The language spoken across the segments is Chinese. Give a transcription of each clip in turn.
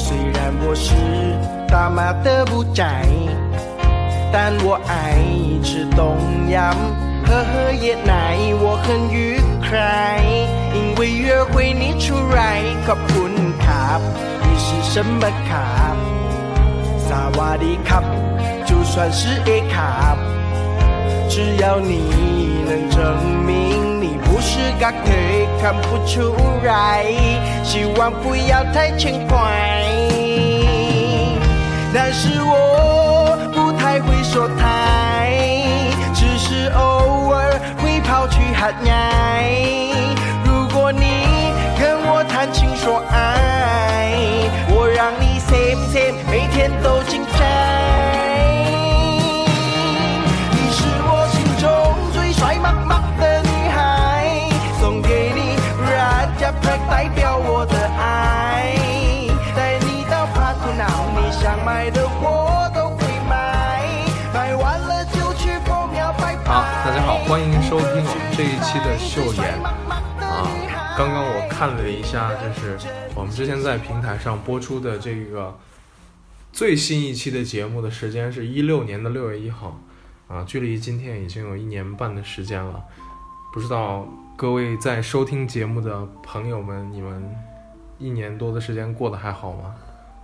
我是大马的不宅，但我爱吃东阳和喝椰奶，我很愉快，因为约会你出来ขอบคุณครับ你是什么ครับ萨瓦迪卡，就算是 A 卡，只要你能证明你不是个可以看不出来，希望不要太轻快。但是我不太会说台，只是偶尔会跑去喊爱。如果你跟我谈情说爱，我让你 same same 每天都精彩。你是我心中最帅妈妈的女孩，送给你 Raja Prada 代表我的爱，带你到 p a t n a 你想买的我都会买，买完了就去蜂鸟拜拜。好，大家好，欢迎收听我们这一期的秀妍啊。刚刚我看了一下，就是我们之前在平台上播出的这个最新一期的节目的时间是一六年的六月一号啊，距离今天已经有一年半的时间了。不知道各位在收听节目的朋友们，你们一年多的时间过得还好吗？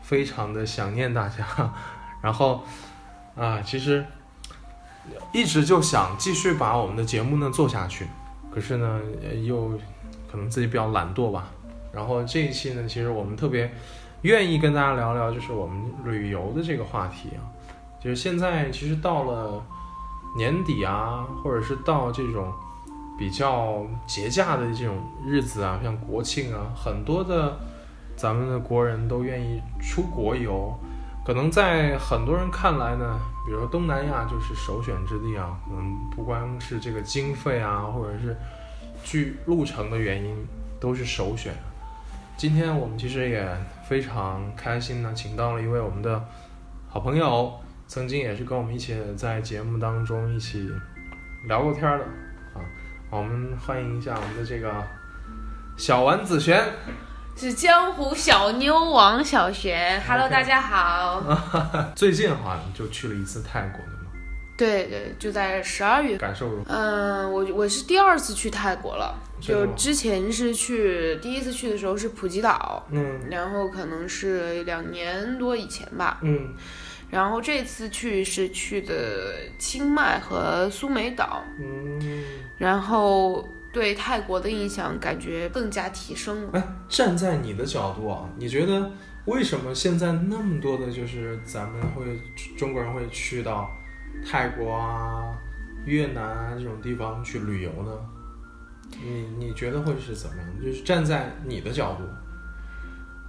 非常的想念大家， 然后啊，其实一直就想继续把我们的节目呢做下去，可是呢，呃又可能自己比较懒惰吧。然后这一期呢，其实我们特别愿意跟大家聊聊，就是我们旅游的这个话题啊。就是现在其实到了年底啊，或者是到这种比较节假的这种日子啊，像国庆啊，很多的咱们的国人都愿意出国游。可能在很多人看来呢，比如说东南亚就是首选之地啊，可能不光是这个经费啊，或者是距路程的原因，都是首选。啊今天我们其实也非常开心呢，请到了一位我们的好朋友，哦曾经也是跟我们一起在节目当中一起聊过天儿的啊，我们欢迎一下我们的这个小丸子璇。是江湖小妞王小璇 OK 啊，Hello，大家好。最近好像就去了一次泰国，对吗？对对，就在十二月。感受如何？嗯，我我是第二次去泰国了，真的就吗之前是去第一次去的时候是普吉岛，嗯然后可能是两年多以前吧，嗯然后这次去是去的清迈和苏梅岛，嗯。然后对泰国的印象感觉更加提升了。哎，站在你的角度啊，你觉得为什么现在那么多的，就是咱们会中国人会去到泰国啊、越南啊这种地方去旅游呢？你你觉得会是怎么样？就是站在你的角度，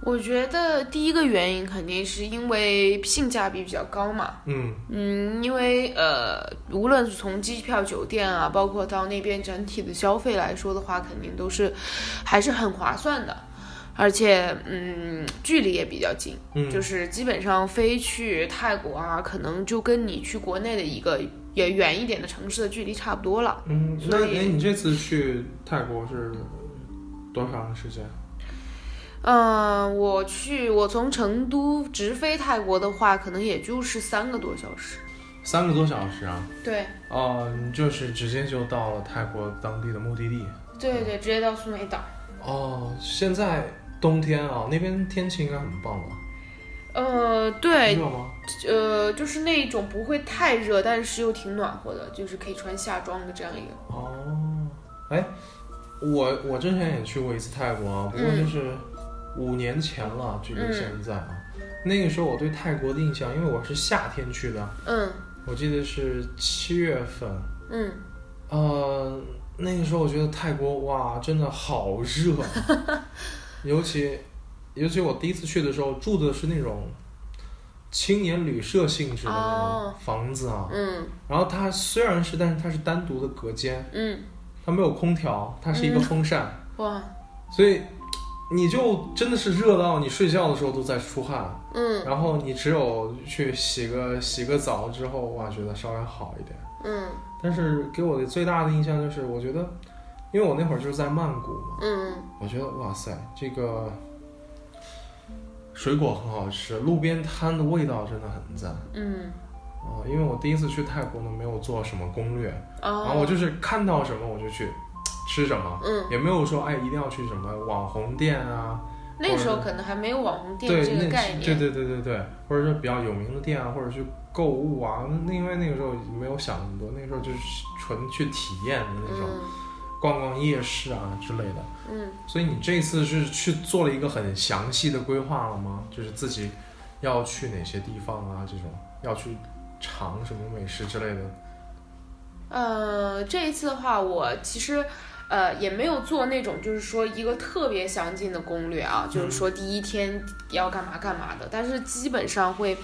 我觉得第一个原因肯定是因为性价比比较高嘛，嗯嗯，因为呃，无论是从机票、酒店啊，包括到那边整体的消费来说的话，肯定都是还是很划算的，而且嗯，距离也比较近，嗯，就是基本上飞去泰国啊，可能就跟你去国内的一个也远一点的城市的距离差不多了。嗯，那所以哎，你这次去泰国是多长时间？嗯、我去，我从成都直飞泰国的话，可能也就是三个多小时。三个多小时啊？对，哦、你就是直接就到了泰国当地的目的地。对对，直接到苏梅岛。哦，现在冬天啊，那边天气应该很棒吧？呃，对，热吗？呃，就是那种不会太热，但是又挺暖和的，就是可以穿夏装的这样一个。哦，哎，我我之前也去过一次泰国啊，不过嗯就是五年前了，距离嗯现在啊。那个时候我对泰国的印象，因为我是夏天去的，嗯我记得是七月份，嗯，呃，那个时候我觉得泰国哇，真的好热啊， 尤其尤其我第一次去的时候住的是那种青年旅社性质的那种哦房子啊，嗯然后它虽然是，但是它是单独的隔间，嗯，它没有空调，它是一个风扇，哇，所以你就真的是热到你睡觉的时候都在出汗，嗯然后你只有去洗个洗个澡之后，哇，觉得稍微好一点。嗯但是给我的最大的印象就是，我觉得，因为我那会儿就是在曼谷嘛，嗯我觉得哇塞，这个水果很好吃，路边摊的味道真的很赞嗯，啊、因为我第一次去泰国呢，没有做什么攻略，然后哦，我就是看到什么我就去吃什么，嗯，也没有说哎一定要去什么网红店啊，那时候可能还没有网红店对，这个那概对念，对对对对，或者说比较有名的店啊，或者去购物啊，那因为那个时候没有想那么多，那个时候就是纯去体验的那种，嗯逛逛夜市啊之类的。嗯，所以你这次是去做了一个很详细的规划了吗？就是自己要去哪些地方啊，这种要去尝什么美食之类的。呃，这一次的话，我其实。呃，也没有做那种就是说一个特别详尽的攻略啊，就是说第一天要干嘛干嘛的，但是基本上会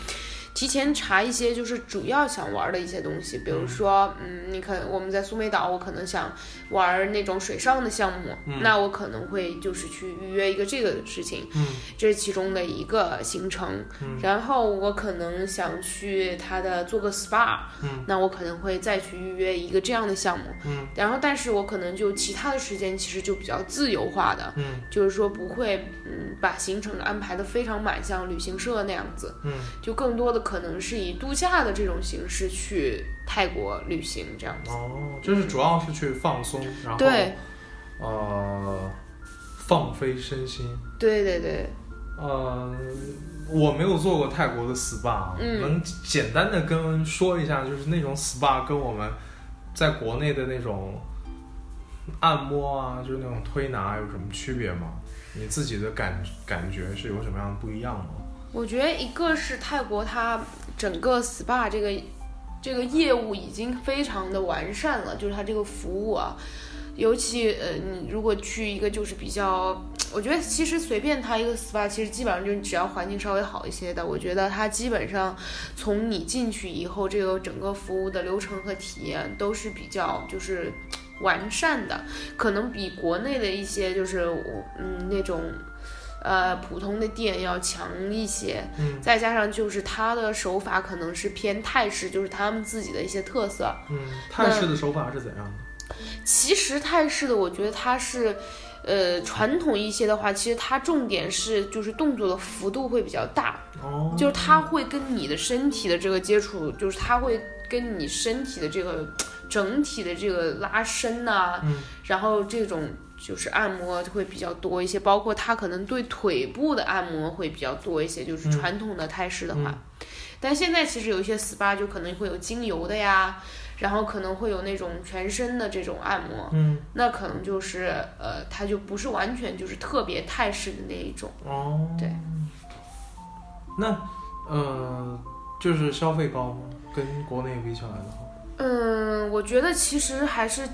提前查一些就是主要想玩的一些东西，比如说，嗯，你可我们在苏梅岛，我可能想玩那种水上的项目，嗯那我可能会就是去预约一个这个事情，嗯这是其中的一个行程。嗯然后我可能想去它的做个 SPA，、嗯那我可能会再去预约一个这样的项目。嗯然后，但是我可能就其他的时间其实就比较自由化的，嗯就是说不会嗯把行程安排的非常满，像旅行社那样子，嗯就更多的可能是以度假的这种形式去泰国旅行这样子。哦，就是主要是去放松，然后对呃放飞身心。对对对，呃，我没有做过泰国的 SPA，啊、嗯能简单的跟说一下，就是那种 SPA 跟我们在国内的那种按摩啊，就是那种推拿有什么区别吗？你自己的感感觉是有什么样的不一样吗？我觉得一个是泰国它整个 SPA 这个这个业务已经非常的完善了，就是它这个服务啊，尤其呃你如果去一个就是比较，我觉得其实随便它一个 SPA，其实基本上就是只要环境稍微好一些的，我觉得它基本上从你进去以后，这个整个服务的流程和体验都是比较就是。完善的，可能比国内的一些就是我嗯那种呃普通的店要强一些，嗯再加上就是它的手法可能是偏泰式，就是他们自己的一些特色。嗯，泰式的手法是怎样的？其实泰式的，我觉得它是。呃，传统一些的话，其实它重点是就是动作的幅度会比较大，哦，就是它会跟你的身体的这个接触，就是它会跟你身体的这个整体的这个拉伸呐、嗯然后这种就是按摩就会比较多一些，包括它可能对腿部的按摩会比较多一些，就是嗯传统的泰式的话。嗯但现在其实有一些 SPA 就可能会有精油的呀，然后可能会有那种全身的这种按摩，嗯那可能就是呃，它就不是完全就是特别泰式的那一种。哦，对。那呃，就是消费高吗？跟国内比起来的话，嗯，我觉得其实还是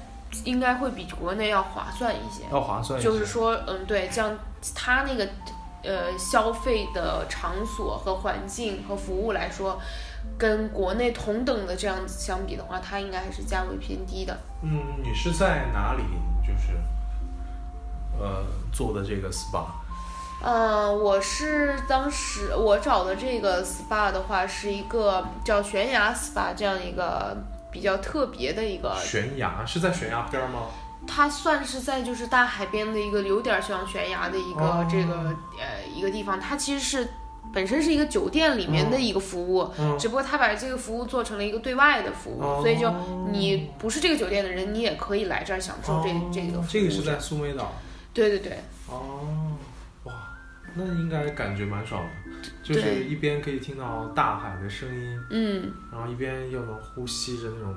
应该会比国内要划算一些。要划算一些。就是说，嗯，对，这样它那个呃消费的场所和环境和服务来说，跟国内同等的这样子相比的话，它应该还是价位偏低的。嗯，你是在哪里？就是呃做的这个 SPA？呃，我是当时我找的这个 SPA 的话，是一个叫悬崖 SPA 这样一个比较特别的一个，悬崖是在悬崖边儿吗？它算是在就是大海边的一个有点像悬崖的一个、哦这个呃一个地方，它其实是本身是一个酒店里面的一个服务，嗯，只不过他把这个服务做成了一个对外的服务，哦哦所以就你不是这个酒店的人，你也可以来这儿享受这、哦这个服务。这个是在苏梅岛。对对对哦，哇，那应该感觉蛮爽的，就对是一边可以听到大海的声音，嗯，然后一边又能呼吸着那种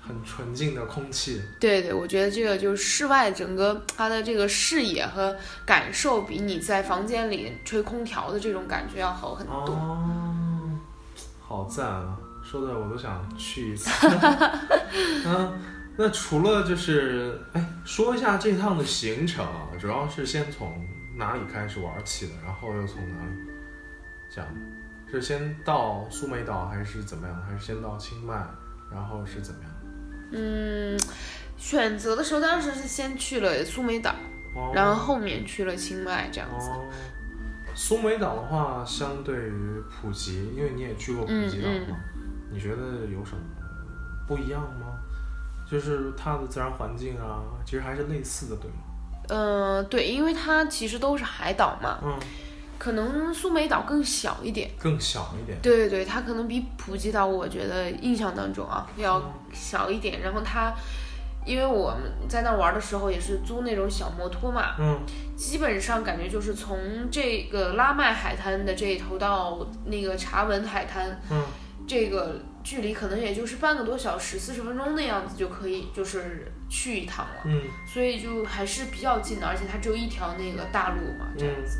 很纯净的空气。对对，我觉得这个就是室外整个它的这个视野和感受，比你在房间里吹空调的这种感觉要好很多。哦，好赞啊！说的我都想去一次。嗯，那除了就是，哎，说一下这趟的行程啊，主要是先从哪里开始玩起的，然后又从哪里讲？是先到苏梅岛还是怎么样？还是先到清迈，然后是怎么样？嗯，选择的时候当时是先去了苏梅岛，哦然后后面去了清迈这样子。哦，苏梅岛的话，相对于普吉，因为你也去过普吉岛嗯嘛，你觉得有什么不一样吗？就是它的自然环境啊，其实还是类似的，对吗？呃嗯、对，因为它其实都是海岛嘛，嗯可能苏梅岛更小一点。更小一点。对对对，它可能比普吉岛，我觉得印象当中啊要嗯小一点。然后它，因为我们在那玩的时候也是租那种小摩托嘛，嗯，基本上感觉就是从这个拉麦海滩的这一头到那个查文海滩，嗯，这个距离可能也就是半个多小时、四十分钟的样子就可以，就是去一趟了。嗯所以就还是比较近的，而且它只有一条那个大路嘛，这样嗯子。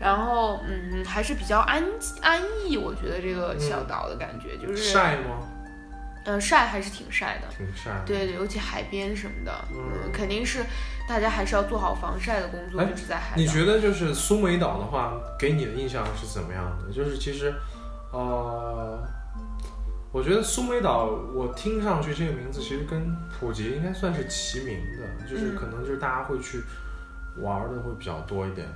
然后，嗯，还是比较安安逸，我觉得这个小岛的感觉、就嗯是，晒吗？呃，晒还是挺晒的，挺晒的。对对，尤其海边什么的，嗯嗯，肯定是大家还是要做好防晒的工作，哎就是在海你岛。觉得就是苏梅岛的话，给你的印象是怎么样的？就是其实，呃，我觉得苏梅岛，我听上去这个名字其实跟普吉应该算是齐名的，就是嗯可能就是大家会去玩儿的会比较多一点。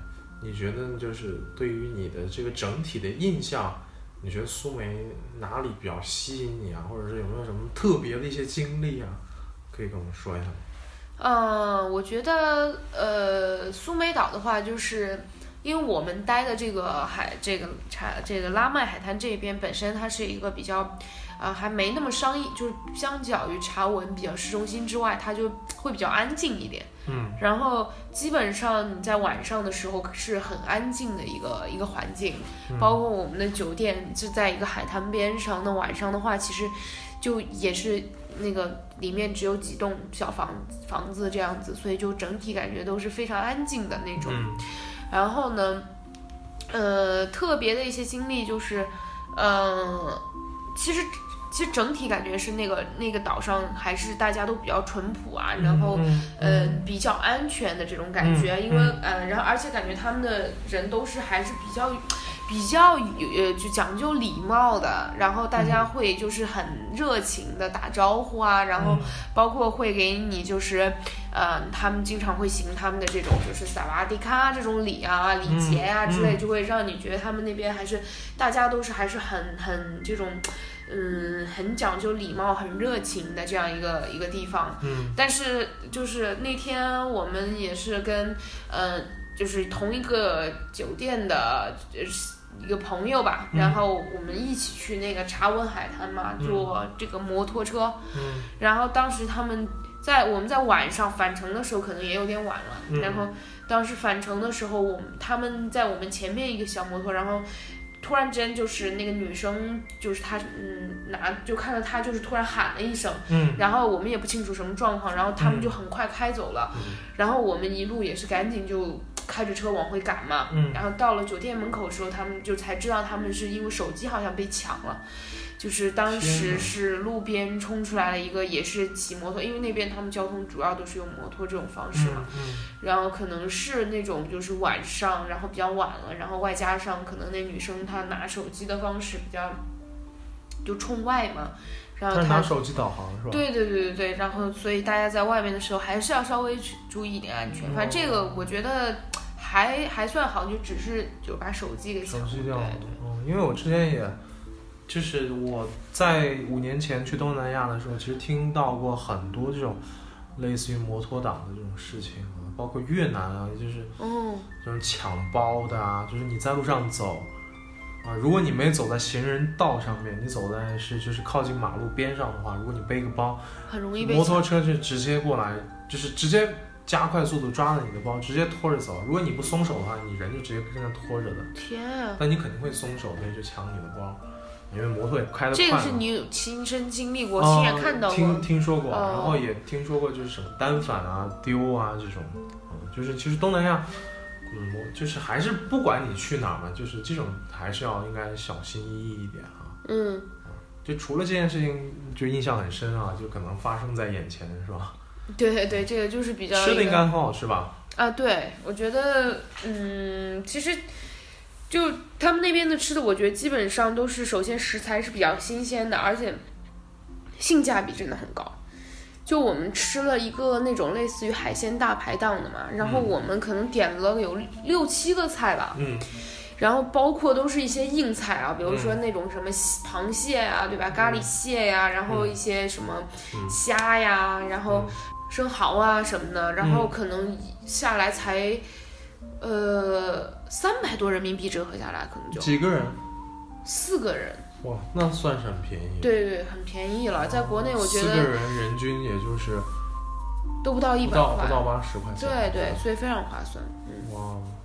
你觉得就是对于你的这个整体的印象，你觉得苏梅哪里比较吸引你啊？或者是有没有什么特别的一些经历啊？可以跟我们说一下吗？嗯，我觉得呃，苏梅岛的话，就是因为我们待的这个海，这个产这个拉麦海滩这边本身它是一个比较，啊、还没那么商业，就是相较于查文比较市中心之外，它就会比较安静一点。嗯然后基本上你在晚上的时候是很安静的一个一个环境，包括我们的酒店是在一个海滩边上。那晚上的话，其实就也是那个里面只有几栋小房房子这样子，所以就整体感觉都是非常安静的那种。嗯然后呢，呃，特别的一些经历就是，呃，其实其实整体感觉是那个那个岛上还是大家都比较淳朴啊，然后。嗯呃，比较安全的这种感觉，嗯因为嗯呃，然后而且感觉他们的人都是还是比较比较有呃就讲究礼貌的，然后嗯大家会就是很热情的打招呼啊，然后包括会给你就是呃，他们经常会行他们的这种就是萨瓦迪卡这种礼啊、礼节啊嗯之类，嗯就会让你觉得他们那边还是大家都是还是很很这种。嗯，很讲究礼貌、很热情的这样一个一个地方，嗯但是就是那天我们也是跟呃，就是同一个酒店的呃一个朋友吧，嗯然后我们一起去那个查文海滩嘛，嗯坐这个摩托车，嗯然后当时他们在我们在晚上返程的时候，可能也有点晚了。嗯然后当时返程的时候，我们他们在我们前面一个小摩托，然后突然之间就是那个女生，就是她，嗯，拿就看到她就是突然喊了一声，嗯然后我们也不清楚什么状况，然后他们嗯就很快开走了，嗯然后我们一路也是赶紧就开着车往回赶嘛，嗯然后到了酒店门口的时候，他们就才知道他们是因为手机好像被抢了，就是当天时哪是路边冲出来了一个也是骑摩托，因为那边他们交通主要都是用摩托这种方式嘛，嗯然后可能是那种就是晚上，然后比较晚了，然后外加上可能那女生她拿手机的方式比较就冲外嘛，然后但是她拿手机导航是吧？对对对对对，然后所以大家在外面的时候还是要稍微去注意一点安全。嗯反正这个我觉得还还算好，就只是就把手机给手抢了。机对掉了对。嗯，因为我之前也，就是我在五年前去东南亚的时候，其实听到过很多这种类似于摩托党的这种事情啊，包括越南啊，就是哦，这种抢包的啊，就是你在路上走。啊，如果你没走在行人道上面，你走在是就是靠近马路边上的话，如果你背个包，很容易被摩托车就直接过来，就是直接加快速度抓着你的包，直接拖着走。如果你不松手的话，你人就直接跟着拖着的。抢天啊！但你肯定会松手，所以就抢你的包，因为摩托也开得快这嘛。个是你有亲身经历我过，亲眼看到听过。听说过，哦然后也听说过就是什么单反啊、丢啊这种，嗯，就是其实东南亚，嗯，我就是还是不管你去哪儿嘛，就是这种还是要应该小心翼翼一点啊。嗯，就除了这件事情，就印象很深啊，就可能发生在眼前，是吧？对对对，这个就是比较吃的应一个该很好吃吧？啊，对，我觉得，嗯，其实就他们那边的吃的，我觉得基本上都是，首先食材是比较新鲜的，而且性价比真的很高。就我们吃了一个那种类似于海鲜大排档的嘛，然后嗯我们可能点了有六七个菜吧，嗯然后包括都是一些硬菜啊，比如说那种什么蟹螃蟹呀、对吧？咖喱蟹呀、然后一些什么嗯虾呀、然后嗯生蚝啊什么的，然后可能下来才，呃，三百多人民币折合下来可能就几个人？四个人，哇，那算是很便宜。，对对，很便宜了，在国内我觉四个得人人均也就是都不到一不百到块不，到八十块钱。对对，所以非常划算，嗯，哇，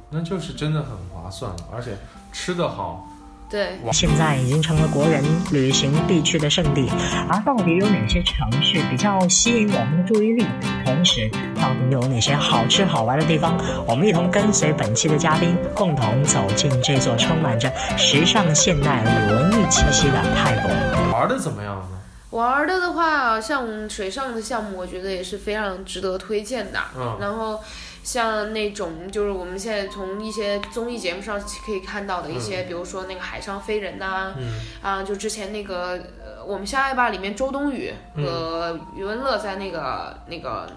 那就是真的很划算了，而且吃得好。对，现在已经成了国人旅行必去的圣地。而到底有哪些城市比较吸引我们的注意力？同时，到底有哪些好吃好玩的地方？我们一同跟随本期的嘉宾，共同走进这座充满着时尚、现代与文艺气息的泰国。玩的怎么样了呢？玩的的话，像水上的项目，我觉得也是非常值得推荐的。嗯然后像那种就是我们现在从一些综艺节目上可以看到的一些，比如说那个海上飞人呐、啊，嗯就之前那个呃我们相爱吧里面周冬雨嗯和余文乐在那个、那个。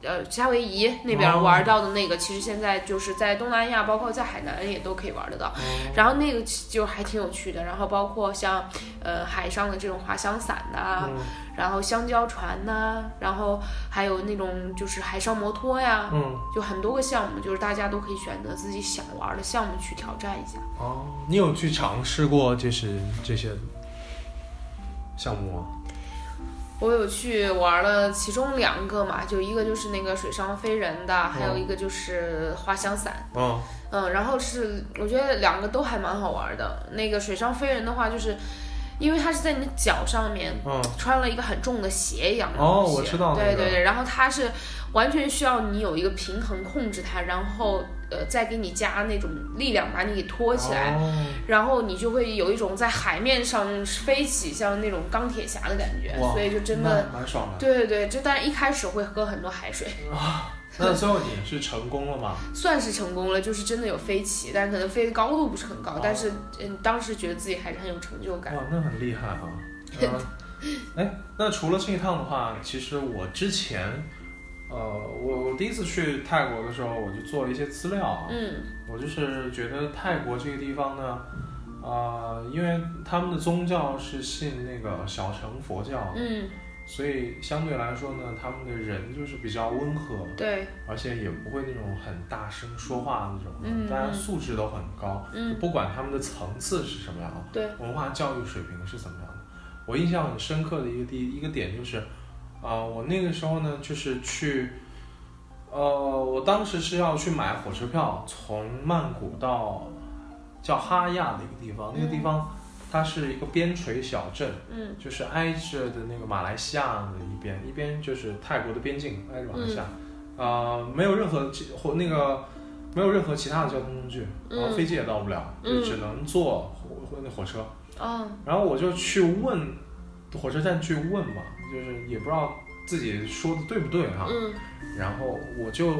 呃，夏威夷那哦边玩到的那个，其实现在就是在东南亚，包括在海南也都可以玩得到。然后那个就还挺有趣的，然后包括像呃海上的这种滑翔伞呐、嗯然后香蕉船呐、然后还有那种就是海上摩托呀，嗯就很多个项目，就是大家都可以选择自己想玩的项目去挑战一下。哦，你有去尝试过就是这些项目吗？我有去玩了其中两个嘛，就一个就是那个水上飞人的，还有一个就是滑翔伞。嗯嗯，然后是我觉得两个都还蛮好玩的。那个水上飞人的话，就是因为它是在你的脚上面，嗯，穿了一个很重的鞋一样的哦东西我知道那对个对对，然后它是完全需要你有一个平衡控制它，然后呃再给你加那种力量把你给拖起来，哦然后你就会有一种在海面上飞起，像那种钢铁侠的感觉，哇所以就真那的，蛮爽的。对对对，就但一开始会喝很多海水，那最后你是成功了吗？算是成功了，就是真的有飞起，但可能飞的高度不是很高，哦但是嗯当时觉得自己还是很有成就感。哇，那很厉害啊！ 呃哎，那除了这一趟的话，其实我之前，呃，我我第一次去泰国的时候，我就做了一些资料啊，嗯我就是觉得泰国这个地方呢，呃，因为他们的宗教是信那个小乘佛教，嗯，所以相对来说呢，他们的人就是比较温和，对，而且也不会那种很大声说话那种，嗯大家嗯素质都很高，嗯就不管他们的层次是什么样的。对，文化教育水平是怎么样的。我印象很深刻的一个第一个点就是，啊，我那个时候呢，就是去，呃，我当时是要去买火车票，从曼谷到叫哈亚的一个地方，那个地方它是一个边陲小镇，嗯就是挨着的那个马来西亚的一边，一边就是泰国的边境，挨着马来西亚，嗯啊，没有任何其或那个没有任何其他的交通工具，然后嗯飞机也到不了，嗯就只能坐火火那火车。哦，然后我就去问火车站去问嘛，就是也不知道自己说的对不对哈、嗯然后我就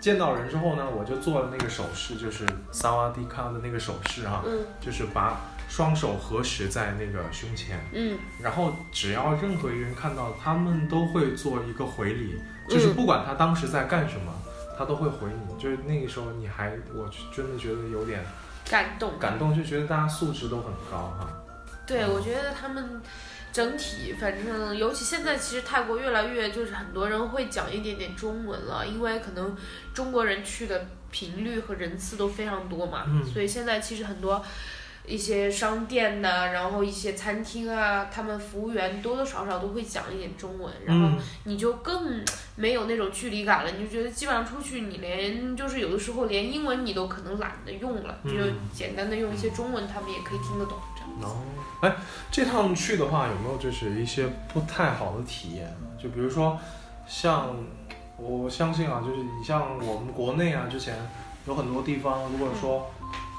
见到人之后呢，我就做了那个手势，就是萨瓦迪卡的那个手势哈、嗯就是把双手合十在那个胸前，嗯。然后只要任何一个人看到，他们都会做一个回礼，就是嗯不管他当时在干什么，他都会回你。就是那个时候，你还我真的觉得有点感动。感动，就觉得大家素质都很高哈、对，我觉得他嗯们整体，反正尤其现在，其实泰国越来越就是很多人会讲一点点中文了，因为可能中国人去的频率和人次都非常多嘛，嗯所以现在其实很多。一些商店呐、然后一些餐厅啊，他们服务员多多少少都会讲一点中文，然后嗯你就更没有那种距离感了，你就觉得基本上出去你连就是有的时候连英文你都可能懒得用了，嗯你就简单的用一些中文，他们也可以听得懂这样。哦，哎，这趟去的话，有没有就是一些不太好的体验？就比如说，像我相信啊，就是你像我们国内啊，之前有很多地方，如果说，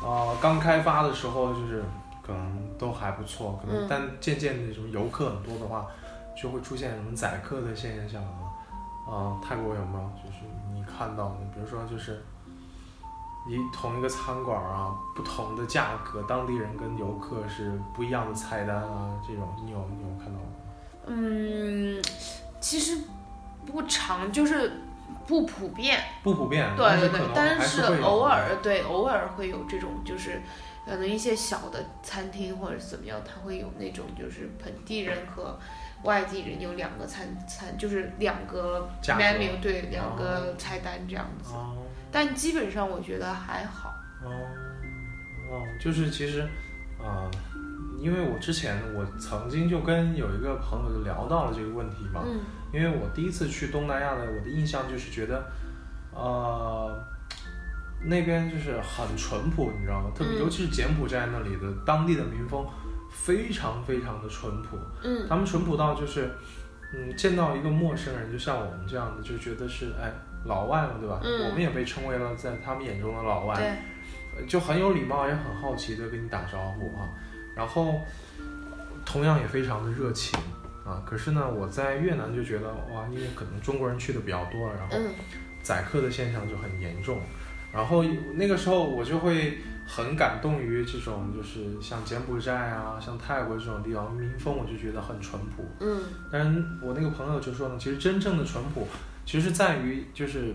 呃，刚开发的时候，就是可能都还不错，可能嗯但渐渐的什么游客很多的话，就会出现什么宰客的现象啊。啊、泰国有没有就是你看到的，比如说就是一同一个餐馆啊，不同的价格，当地人跟游客是不一样的菜单啊，这种你有你有看到吗？嗯，其实不常，就是不普遍，不普遍，对对可对能，但还是哎是会有偶尔对偶尔会有这种，就是可能一些小的餐厅或者怎么样，它会有那种就是本地人和外地人有两个餐餐，就是两个价格 menu 对两哦个菜单这样子。哦，但基本上我觉得还好。哦，哦，就是其实，啊、因为我之前我曾经就跟有一个朋友就聊到了这个问题嘛，嗯因为我第一次去东南亚呢，我的印象就是觉得，呃，那边就是很淳朴，你知道吗？特别嗯尤其是柬埔寨那里的当地的民风非常非常的淳朴，嗯他们淳朴到就是，嗯，见到一个陌生人，就像我们这样的，就觉得是哎老外嘛，对吧？嗯我们也被称为了在他们眼中的老外，对，就很有礼貌，也很好奇的跟你打招呼啊，然后同样也非常的热情啊。可是呢，我在越南就觉得哇，因为可能中国人去的比较多了，然后嗯宰客的现象就很严重。然后那个时候我就会很感动于这种，就是像柬埔寨啊、像泰国这种地方，民风我就觉得很淳朴。嗯但是我那个朋友就说呢，其实真正的淳朴，其实在于就是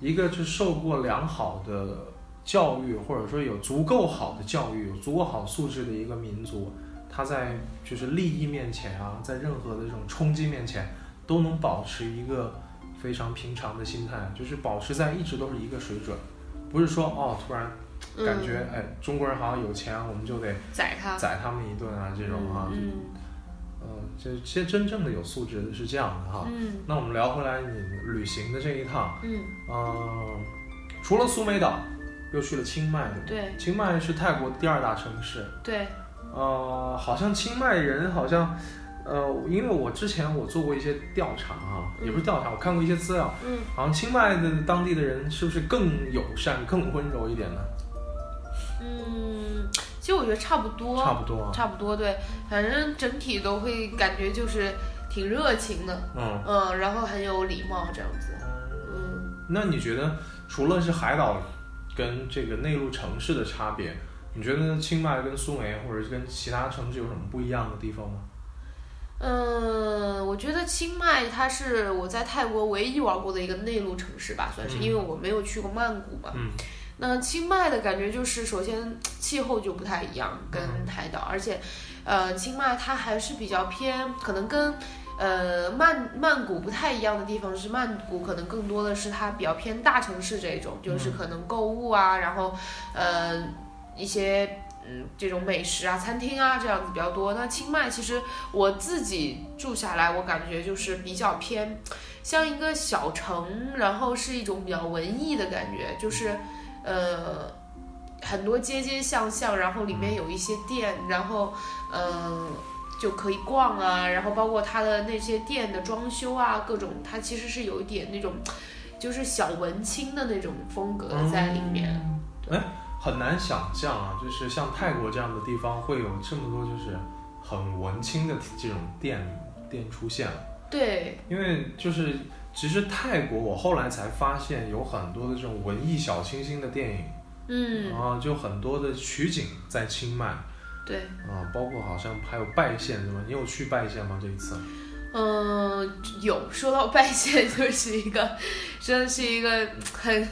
一个是受过良好的教育，或者说有足够好的教育、有足够好素质的一个民族，他在就是利益面前啊，在任何的这种冲击面前，都能保持一个非常平常的心态，就是保持在一直都是一个水准，不是说哦突然嗯，感觉、哎中国人好像有钱，我们就得宰他宰他们一顿啊这种啊，就嗯嗯，这些真正的有素质的是这样的哈。嗯那我们聊回来，你旅行的这一趟，嗯，嗯、除了苏梅岛，又去了清迈，对不对？对清迈是泰国第二大城市，对，呃，好像清迈人好像，呃，因为我之前我做过一些调查啊，嗯也不是调查，我看过一些资料，嗯，好像清迈的当地的人是不是更友善、更温柔一点呢？嗯，其实我觉得差不多，差不多啊，差不多对，反正整体都会感觉就是挺热情的，嗯。嗯，然后很有礼貌这样子，嗯那你觉得除了是海岛跟这个内陆城市的差别，你觉得清迈跟苏梅或者是跟其他城市有什么不一样的地方吗？嗯，我觉得清迈它是我在泰国唯一玩过的一个内陆城市吧，算是，嗯因为我没有去过曼谷嘛。嗯那清迈的感觉就是，首先气候就不太一样，跟嗯海岛，而且，呃，清迈它还是比较偏，可能跟。呃，曼曼谷不太一样的地方是，曼谷可能更多的是它比较偏大城市这种，就是嗯可能购物啊，然后，呃，一些嗯这种美食啊、餐厅啊这样子比较多。那清迈其实我自己住下来，我感觉就是比较偏像一个小城，然后是一种比较文艺的感觉，就是呃很多街街巷巷，然后里面有一些店，然后嗯、呃就可以逛啊，然后包括它的那些店的装修啊，各种它其实是有一点那种就是小文青的那种风格呃在里面。哎、很难想象啊，就是像泰国这样的地方会有这么多就是很文青的这种店店出现，对，因为就是其实泰国我后来才发现有很多的这种文艺小清新的电影，嗯然，后就很多的取景在清迈。对，啊，包括好像还有拜县是吧？你有去拜县吗？这一次？嗯、有说到拜县，就是一个， 真的是一个很，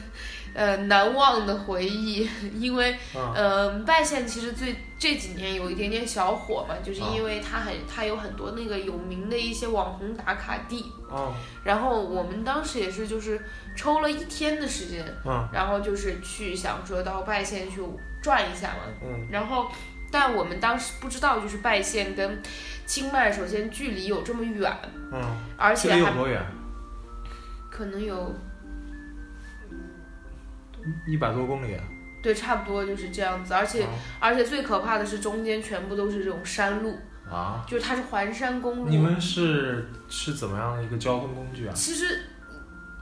呃，难忘的回忆，因为，啊，嗯，拜县其实最这几年有一点点小火嘛，就是因为它很，它有很多那个有名的一些网红打卡地，哦，然后我们当时也是就是抽了一天的时间，嗯然后就是去想说到拜县去转一下嘛，嗯然后，但我们当时不知道，就是拜县跟清迈，首先距离有这么远，嗯，而距且离有还多远？可能有一百多公里啊。对，差不多就是这样子。而且、而且最可怕的是，中间全部都是这种山路，啊，就是它是环山公路。你们是是怎么样的一个交通工具啊？其实。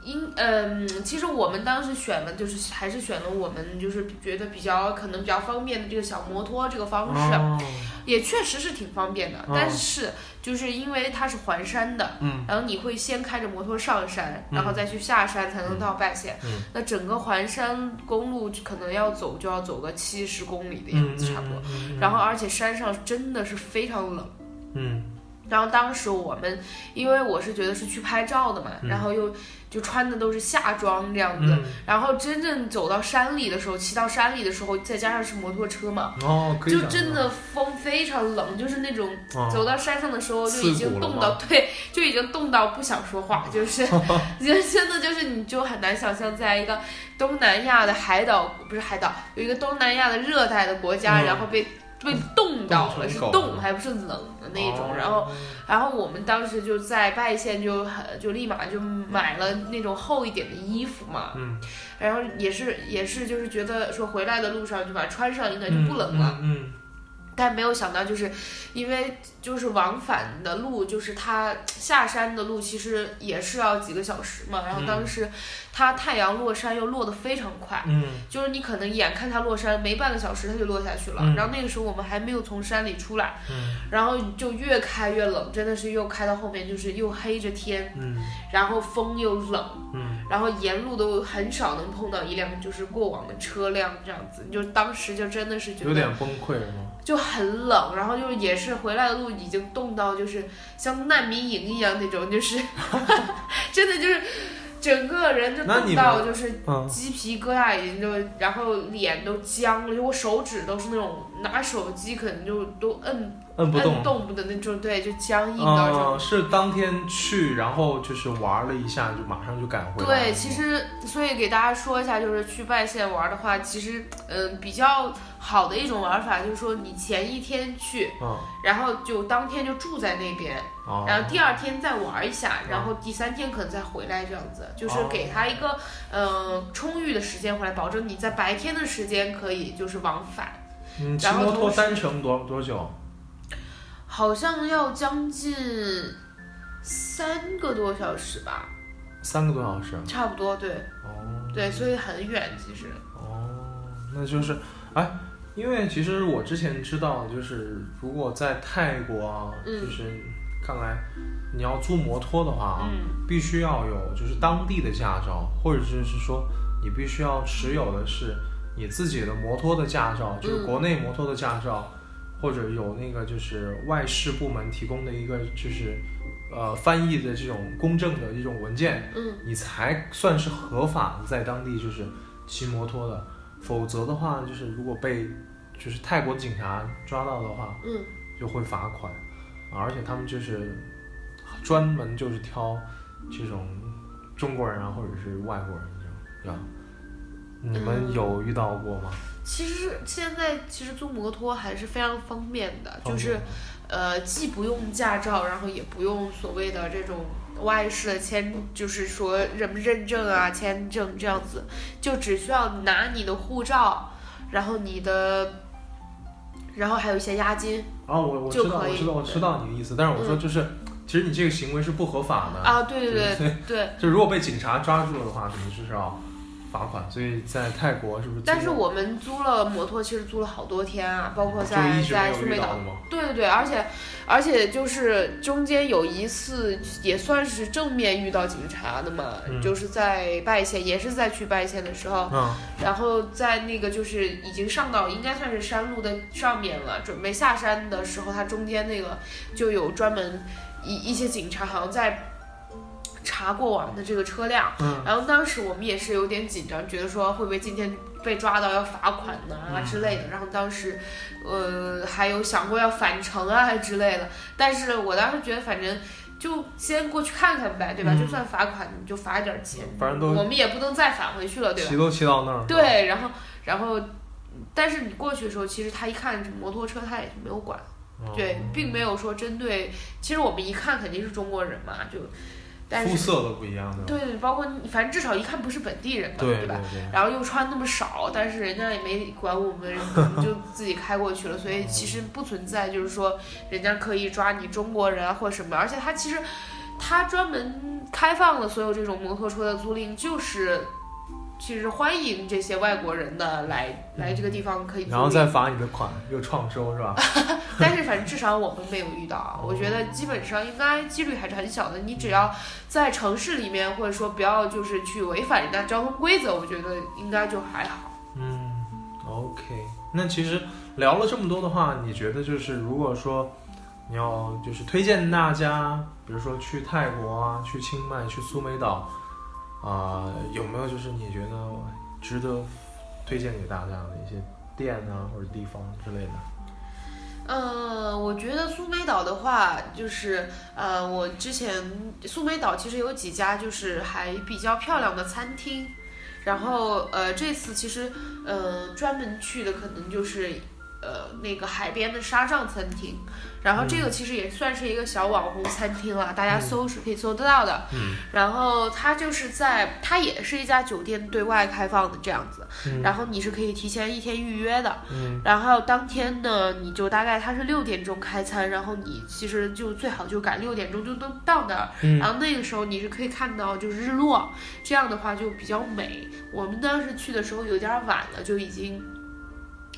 因嗯，其实我们当时选的就是还是选了我们就是觉得比较可能比较方便的这个小摩托这个方式，啊哦，也确实是挺方便的。哦但是就是因为它是环山的，嗯，然后你会先开着摩托上山，嗯然后再去下山才能到拜县。嗯那整个环山公路可能要走就要走个七十公里的样嗯，子，差不多。嗯然后，而且山上真的是非常冷。嗯然后当时我们，因为我是觉得是去拍照的嘛，嗯然后又就穿的都是夏装这样子。嗯，然后真正走到山里的时候，骑到山里的时候，再加上是摩托车嘛，哦，可以就想真象的风非常冷，就是那种啊走到山上的时候就刺已骨经了冻吗到，对，就已经冻到不想说话，就是 就真的就是你就很难想象，在一个东南亚的海岛，不是海岛，有一个东南亚的热带的国家，嗯然后被。被冻到冻成了，是狗冻了还不是冷的那种，哦然后然后我们当时就在拜县就很就立马就买了那种厚一点的衣服嘛，嗯，然后也是也是就是觉得说回来的路上就把它穿上应该就不冷了，嗯，但没有想到就是因为就是往返的路就是它下山的路其实也是要几个小时嘛，然后当时它太阳落山又落得非常快，嗯就是你可能眼看它落山没半个小时它就落下去了，嗯然后那个时候我们还没有从山里出来。嗯嗯然后就越开越冷，真的是又开到后面就是又黑着天，嗯然后风又冷，嗯然后沿路都很少能碰到一辆就是过往的车辆这样子，你就当时就真的是觉嗯有得点崩溃了吗？就很冷，然后就是也是回来的路已经冻到就是像难民营一样那种，就是 真的就是整个人就那你冻们到就是嗯，鸡皮疙瘩已经就，然后脸都僵了，就我手指都是那种拿手机可能就都摁摁不动按。动不得那种，对，就僵硬到这嗯，种。是当天去，然后就是玩了一下，就马上就赶回来了。对，其实所以给大家说一下，就是去外县玩的话，其实嗯、比较好的一种玩法就是说你前一天去，嗯，然后就当天就住在那边，哦，然后第二天再玩一下，嗯然后第三天可能再回来这样子，就是哦给他一个嗯、呃充裕的时间回来，保证你在白天的时间可以就是往返，你骑然后摩托同时单程多多久？好像要将近三个多小时吧，三个多小时。差不多对。哦，对，所以很远其实。哦，那就是，哎，因为其实我之前知道，就是如果在泰国啊，嗯就是看来你要租摩托的话啊，嗯必须要有就是当地的驾照，或者就是说你必须要持有的是你自己的摩托的驾照，就是嗯国内摩托的驾照，或者有那个就是外事部门提供的一个就是呃翻译的这种公证的一种文件，嗯你才算是合法在当地就是骑摩托的，否则的话就是如果被就是泰国警察抓到的话，嗯，就会罚款，啊而且他们就是专门就是挑这种中国人啊或者是外国人这样，对吧？你们嗯有遇到过吗？其实现在其实租摩托还是非常方便的，方就便是吗呃既不用驾照，然后也不用所谓的这种外事的签，就是说什么认证啊、签证这样子，就只需要拿你的护照，然后你的，然后还有一些押金啊，我我知就道，可我以嗯知道，我知道你的意思，但是我说就是，其实你这个行为是不合法的，啊，对对对对对。 就如果被警察抓住了的话，可能就是要罚款，所以在泰国是不是？但是我们租了摩托，其实租了好多天啊，包括就在一直没在有苏遇梅到岛的吗？对对对，而且而且就是中间有一次也算是正面遇到警察的嘛，嗯就是在拜县，也是在去拜县的时候，嗯然后在那个就是已经上到应该算是山路的上面了，准备下山的时候，它中间那个就有专门一一些警察好像在查过往的这个车辆。嗯，然后当时我们也是有点紧张，觉得说会不会今天被抓到要罚款呐、嗯之类的。然后当时，呃，还有想过要返程啊之类的。但是我当时觉得反正就先过去看看呗，对吧？嗯就算罚款，你就罚一点钱，反正我都们也不能再返回去了，对吧骑？都骑到那儿了，对，然后，然后。但是你过去的时候，其实他一看是摩托车，他也是没有管，嗯对，并没有说针对。其实我们一看肯定是中国人嘛，就，但肤是色都不一样的，对，包括你反正至少一看不是本地人嘛，对吧？对，然后又穿那么少，但是人家也没管我们，我们就自己开过去了，所以其实不存在就是说人家可以抓你中国人啊或什么，而且他其实他专门开放了所有这种摩托车的租赁，就是其实欢迎这些外国人的来来这个地方可以租然后赁，再罚你的款，又创收是吧？ 但是反正至少我们没有遇到啊，我觉得基本上应该几率还是很小的，你只要在城市里面或者说不要就是去违反人家交通规则，我觉得应该就还好。嗯，OK。那其实聊了这么多的话，你觉得就是如果说你要就是推荐大家，比如说去泰国啊、去清迈、去苏梅岛啊、有没有就是你觉得值得推荐给大家的一些店啊或者地方之类的？嗯，我觉得苏梅岛的话，就是呃，我之前苏梅岛其实有几家就是还比较漂亮的餐厅，然后呃，这次其实呃专门去的可能就是呃那个海边的沙帐餐厅，然后这嗯个其实也算是一个小网红餐厅啦，大家搜是可以搜得到的。嗯然后它就是在它也是一家酒店对外开放的这样子，嗯然后你是可以提前一天预约的。嗯然后当天呢，你就大概它是六点钟开餐，然后你其实就最好就赶六点钟就都到那儿，嗯然后那个时候你是可以看到就是日落，这样的话就比较美。我们当时去的时候有点晚了，就已经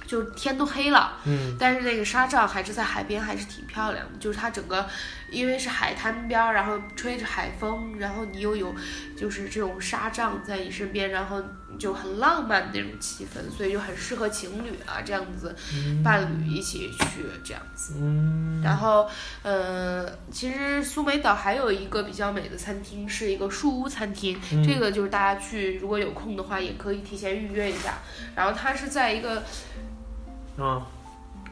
就天都黑了，嗯但是那个沙帐还是在海边，还是挺漂亮的。就是它整个，因为是海滩边儿，然后吹着海风，然后你又有就是这种沙帐在你身边，然后就很浪漫的那种气氛，所以就很适合情侣啊这样子，伴侣一起去这样子。嗯然后，呃，其实苏梅岛还有一个比较美的餐厅，是一个树屋餐厅。嗯这个就是大家去如果有空的话，也可以提前预约一下。然后它是在一个啊，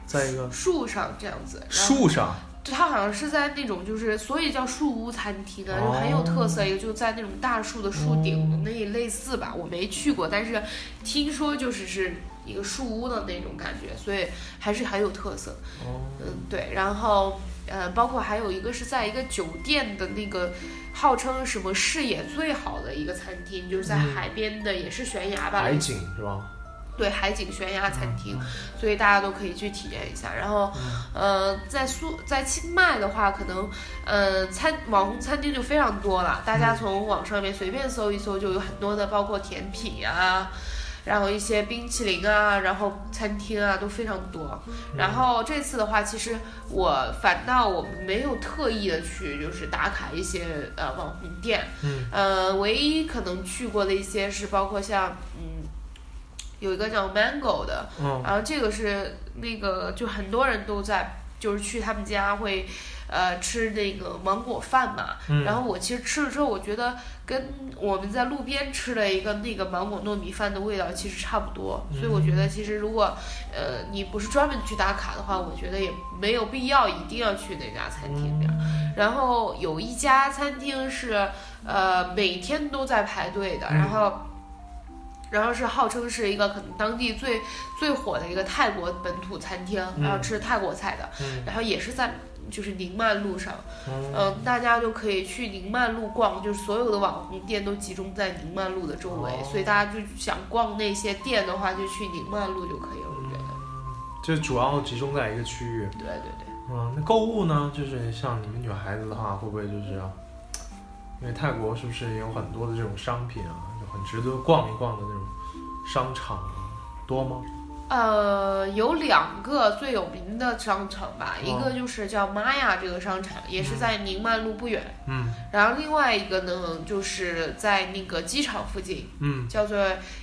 再一个树上这样子，然后树上，对，它好像是在那种就是，所以叫树屋餐厅啊，就很有特色，也就在那种大树的树顶那也类似吧。我没去过，但是听说就是是一个树屋的那种感觉，所以还是很有特色。哦，嗯，对，然后呃，包括还有一个是在一个酒店的那个号称什么视野最好的一个餐厅，就是在海边的，也是悬崖吧，海景是吧？对海景悬崖餐厅，所以大家都可以去体验一下。然后，呃，在苏在清迈的话，可能呃餐网红餐厅就非常多了，大家从网上面随便搜一搜就有很多的，包括甜品啊。然后一些冰淇淋啊，然后餐厅啊都非常多。然后这次的话，其实我反倒我没有特意的去就是打卡一些呃网红店，嗯，呃，唯一可能去过的一些是包括像嗯有一个叫 Mango 的，嗯然后这个是那个就很多人都在就是去他们家会。呃，吃那个芒果饭嘛，嗯然后我其实吃了之后，我觉得跟我们在路边吃的一个那个芒果糯米饭的味道其实差不多，所以我觉得其实如果呃你不是专门去打卡的话，我觉得也没有必要一定要去那家餐厅这样。然后有一家餐厅是呃每天都在排队嗯的，然后。然后是号称是一个可能当地最最火的一个泰国本土餐厅，然后吃泰国菜的，嗯然后也是在就是宁曼路上，嗯嗯、大家就可以去宁曼路逛，就是所有的网红店都集中在宁曼路的周围，哦所以大家就想逛那些店的话，就去宁曼路就可以了，我觉得。就主要集中在一个区域。对对对。嗯，那购物呢？就是像你们女孩子的话，会不会就是要，因为泰国是不是也有很多的这种商品啊，就很值得逛一逛的那种商场啊，多吗？呃，有两个最有名的商场吧，一个就是叫玛雅这个商场，也是在宁曼路不远。嗯然后另外一个呢，就是在那个机场附近，嗯叫做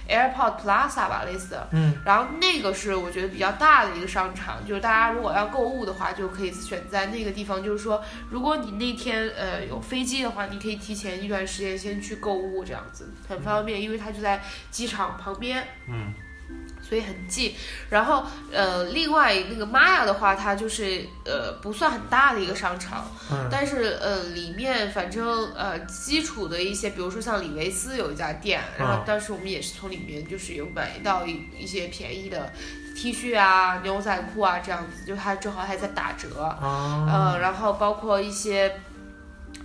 Airport Plaza 吧，类似的。嗯然后那个是我觉得比较大的一个商场，就是大家如果要购物的话，就可以选在那个地方。就是说，如果你那天呃有飞机的话，你可以提前一段时间先去购物，这样子很方便，因为它就在机场旁边。嗯所以很近。然后呃，另外那个玛雅的话，它就是呃不算很大的一个商场，嗯但是呃里面反正呃基础的一些，比如说像李维斯有一家店，然后嗯当时我们也是从里面就是有买到一一些便宜的 T 恤啊、牛仔裤啊这样子，就它正好还在打折。啊呃，然后包括一些，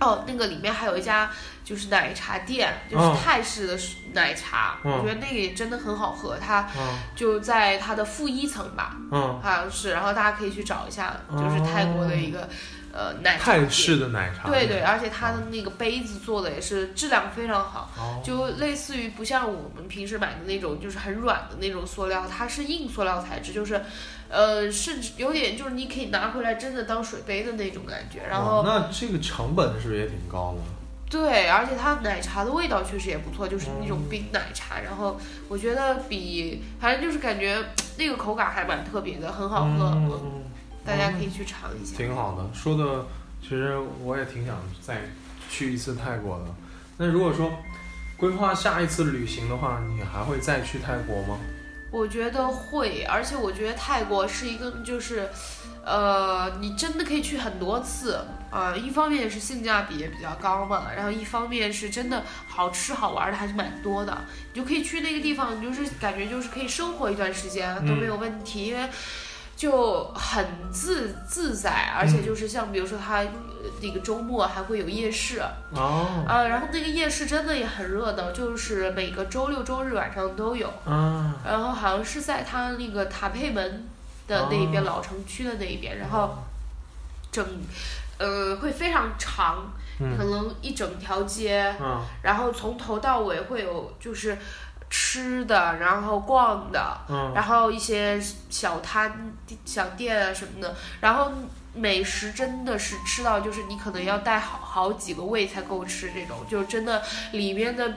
哦，那个里面还有一家就是奶茶店，就是嗯泰式的奶茶，嗯我觉得那个也真的很好喝，它嗯就在它的负一层吧，嗯，好像是，然后大家可以去找一下，就是泰国的一个、呃奶茶哦泰店式的奶茶对店。对，而且它的那个杯子做的也是质量非常好，哦，就类似于不像我们平时买的那种，就是很软的那种塑料，它是硬塑料材质，就是，呃，甚至有点就是你可以拿回来真的当水杯的那种感觉。然哦后那这个成本是不是也挺高的？对，而且它奶茶的味道确实也不错，就是那种冰奶茶。然后我觉得比反正就是感觉那个口感还蛮特别的，很好喝，嗯嗯，大家可以去尝一下。挺好的。说的，其实我也挺想再去一次泰国的。那如果说规划下一次旅行的话，你还会再去泰国吗？我觉得会，而且我觉得泰国是一个就是，呃，你真的可以去很多次啊、呃一方面是性价比也比较高嘛，然后一方面是真的好吃好玩的还是蛮多的，你就可以去那个地方，你就是感觉就是可以生活一段时间都没有问题，因为就很自自在，而且就是像比如说它呃那个周末还会有夜市，哦啊，然后那个夜市真的也很热闹，就是每个周六周日晚上都有，啊，然后好像是在它那个塔佩门的那一边，哦老城区的那一边，然后整呃会非常长，嗯可能一整条街，嗯然后从头到尾会有就是吃的，然后逛的，嗯然后一些小摊、小店啊什么的，然后美食真的是吃到就是你可能要带好好几个胃才够吃这种，就是真的里面的，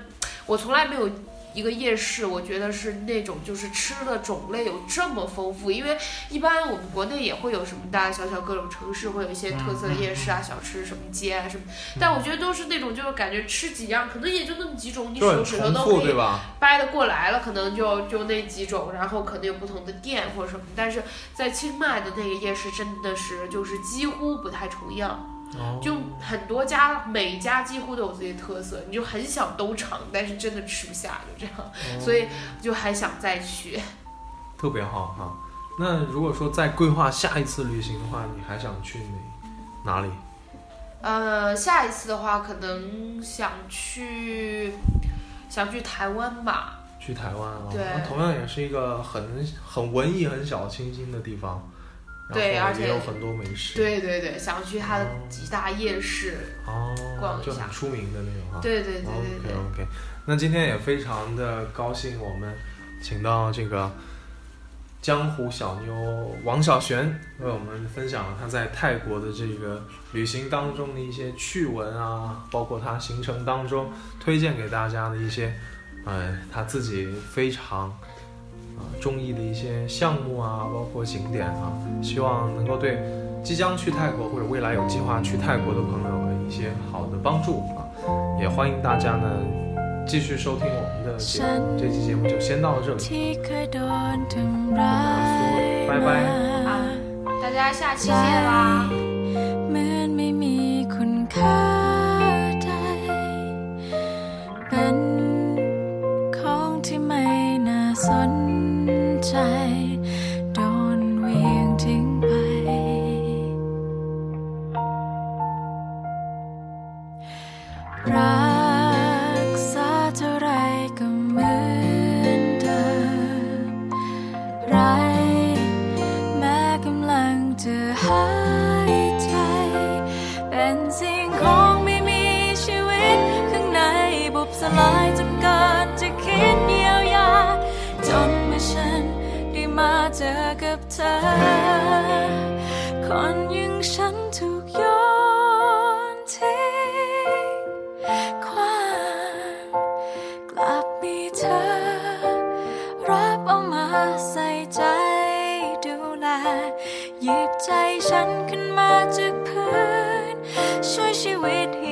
我从来没有。一个夜市，我觉得是那种就是吃的种类有这么丰富，因为一般我们国内也会有什么大大小小各种城市会有一些特色的夜嗯市啊、小吃什么街啊什么，但我觉得都是那种就是感觉吃几样，可能也就那么几种，你就手很指头重都复，可以对吧？掰得过来了，可能就就那几种，然后可能有不同的店或者什么，但是在清迈的那个夜市真的是就是几乎不太重样，哦就很多家每家几乎都有自己的特色，你就很想都尝，但是真的吃不下，就这样，所以就还想再去。哦特别好哈。那如果说再规划下一次旅行的话，你还想去哪哪里？呃，下一次的话可能想去想去台湾吧，去台湾啊？对那同样也是一个很很文艺、很小清新的地方，对然而后且也有很多美食，，对对对，想去它的几大夜市，哦，逛一下就很出名的那种哈。对对对对 OK 对。 OK，那今天也非常的高兴，我们请到这个江湖小妞王小璇为我们分享了她在泰国的这个旅行当中的一些趣闻啊，包括她行程当中推荐给大家的一些，呃，她自己非常啊、中意的一些项目啊，包括景点啊，希望能够对即将去泰国或者未来有计划去泰国的朋友一些好的帮助啊。也欢迎大家呢继续收听我们的节目，这期节目就先到这里。 ที่เคยโดนทำร้าย บ๊ายบาย มา 大家下期见啦！ เหมือนไม่มีคุณค่าใดเป็นของที่ไม่น่าสนใจ โดนเหวียงทิ้งไป รักษาเท่าไรก็เหมือนเดิมไรแม้กำลังจะหายใจ เป็นสิ่งของไม่มีชีวิต ข้างในบุบสลายจนเกินจะคิดเยียวยา จนเมื่อฉันได้มาเจอกับเธอ คนอยังฉันถูกโยนทิ้ง ความกลับมีเธอ รับเอามาใส่ใจดูแลหยิบใจฉันขึ้นมาจากพื้น ช่วยชีวิตให้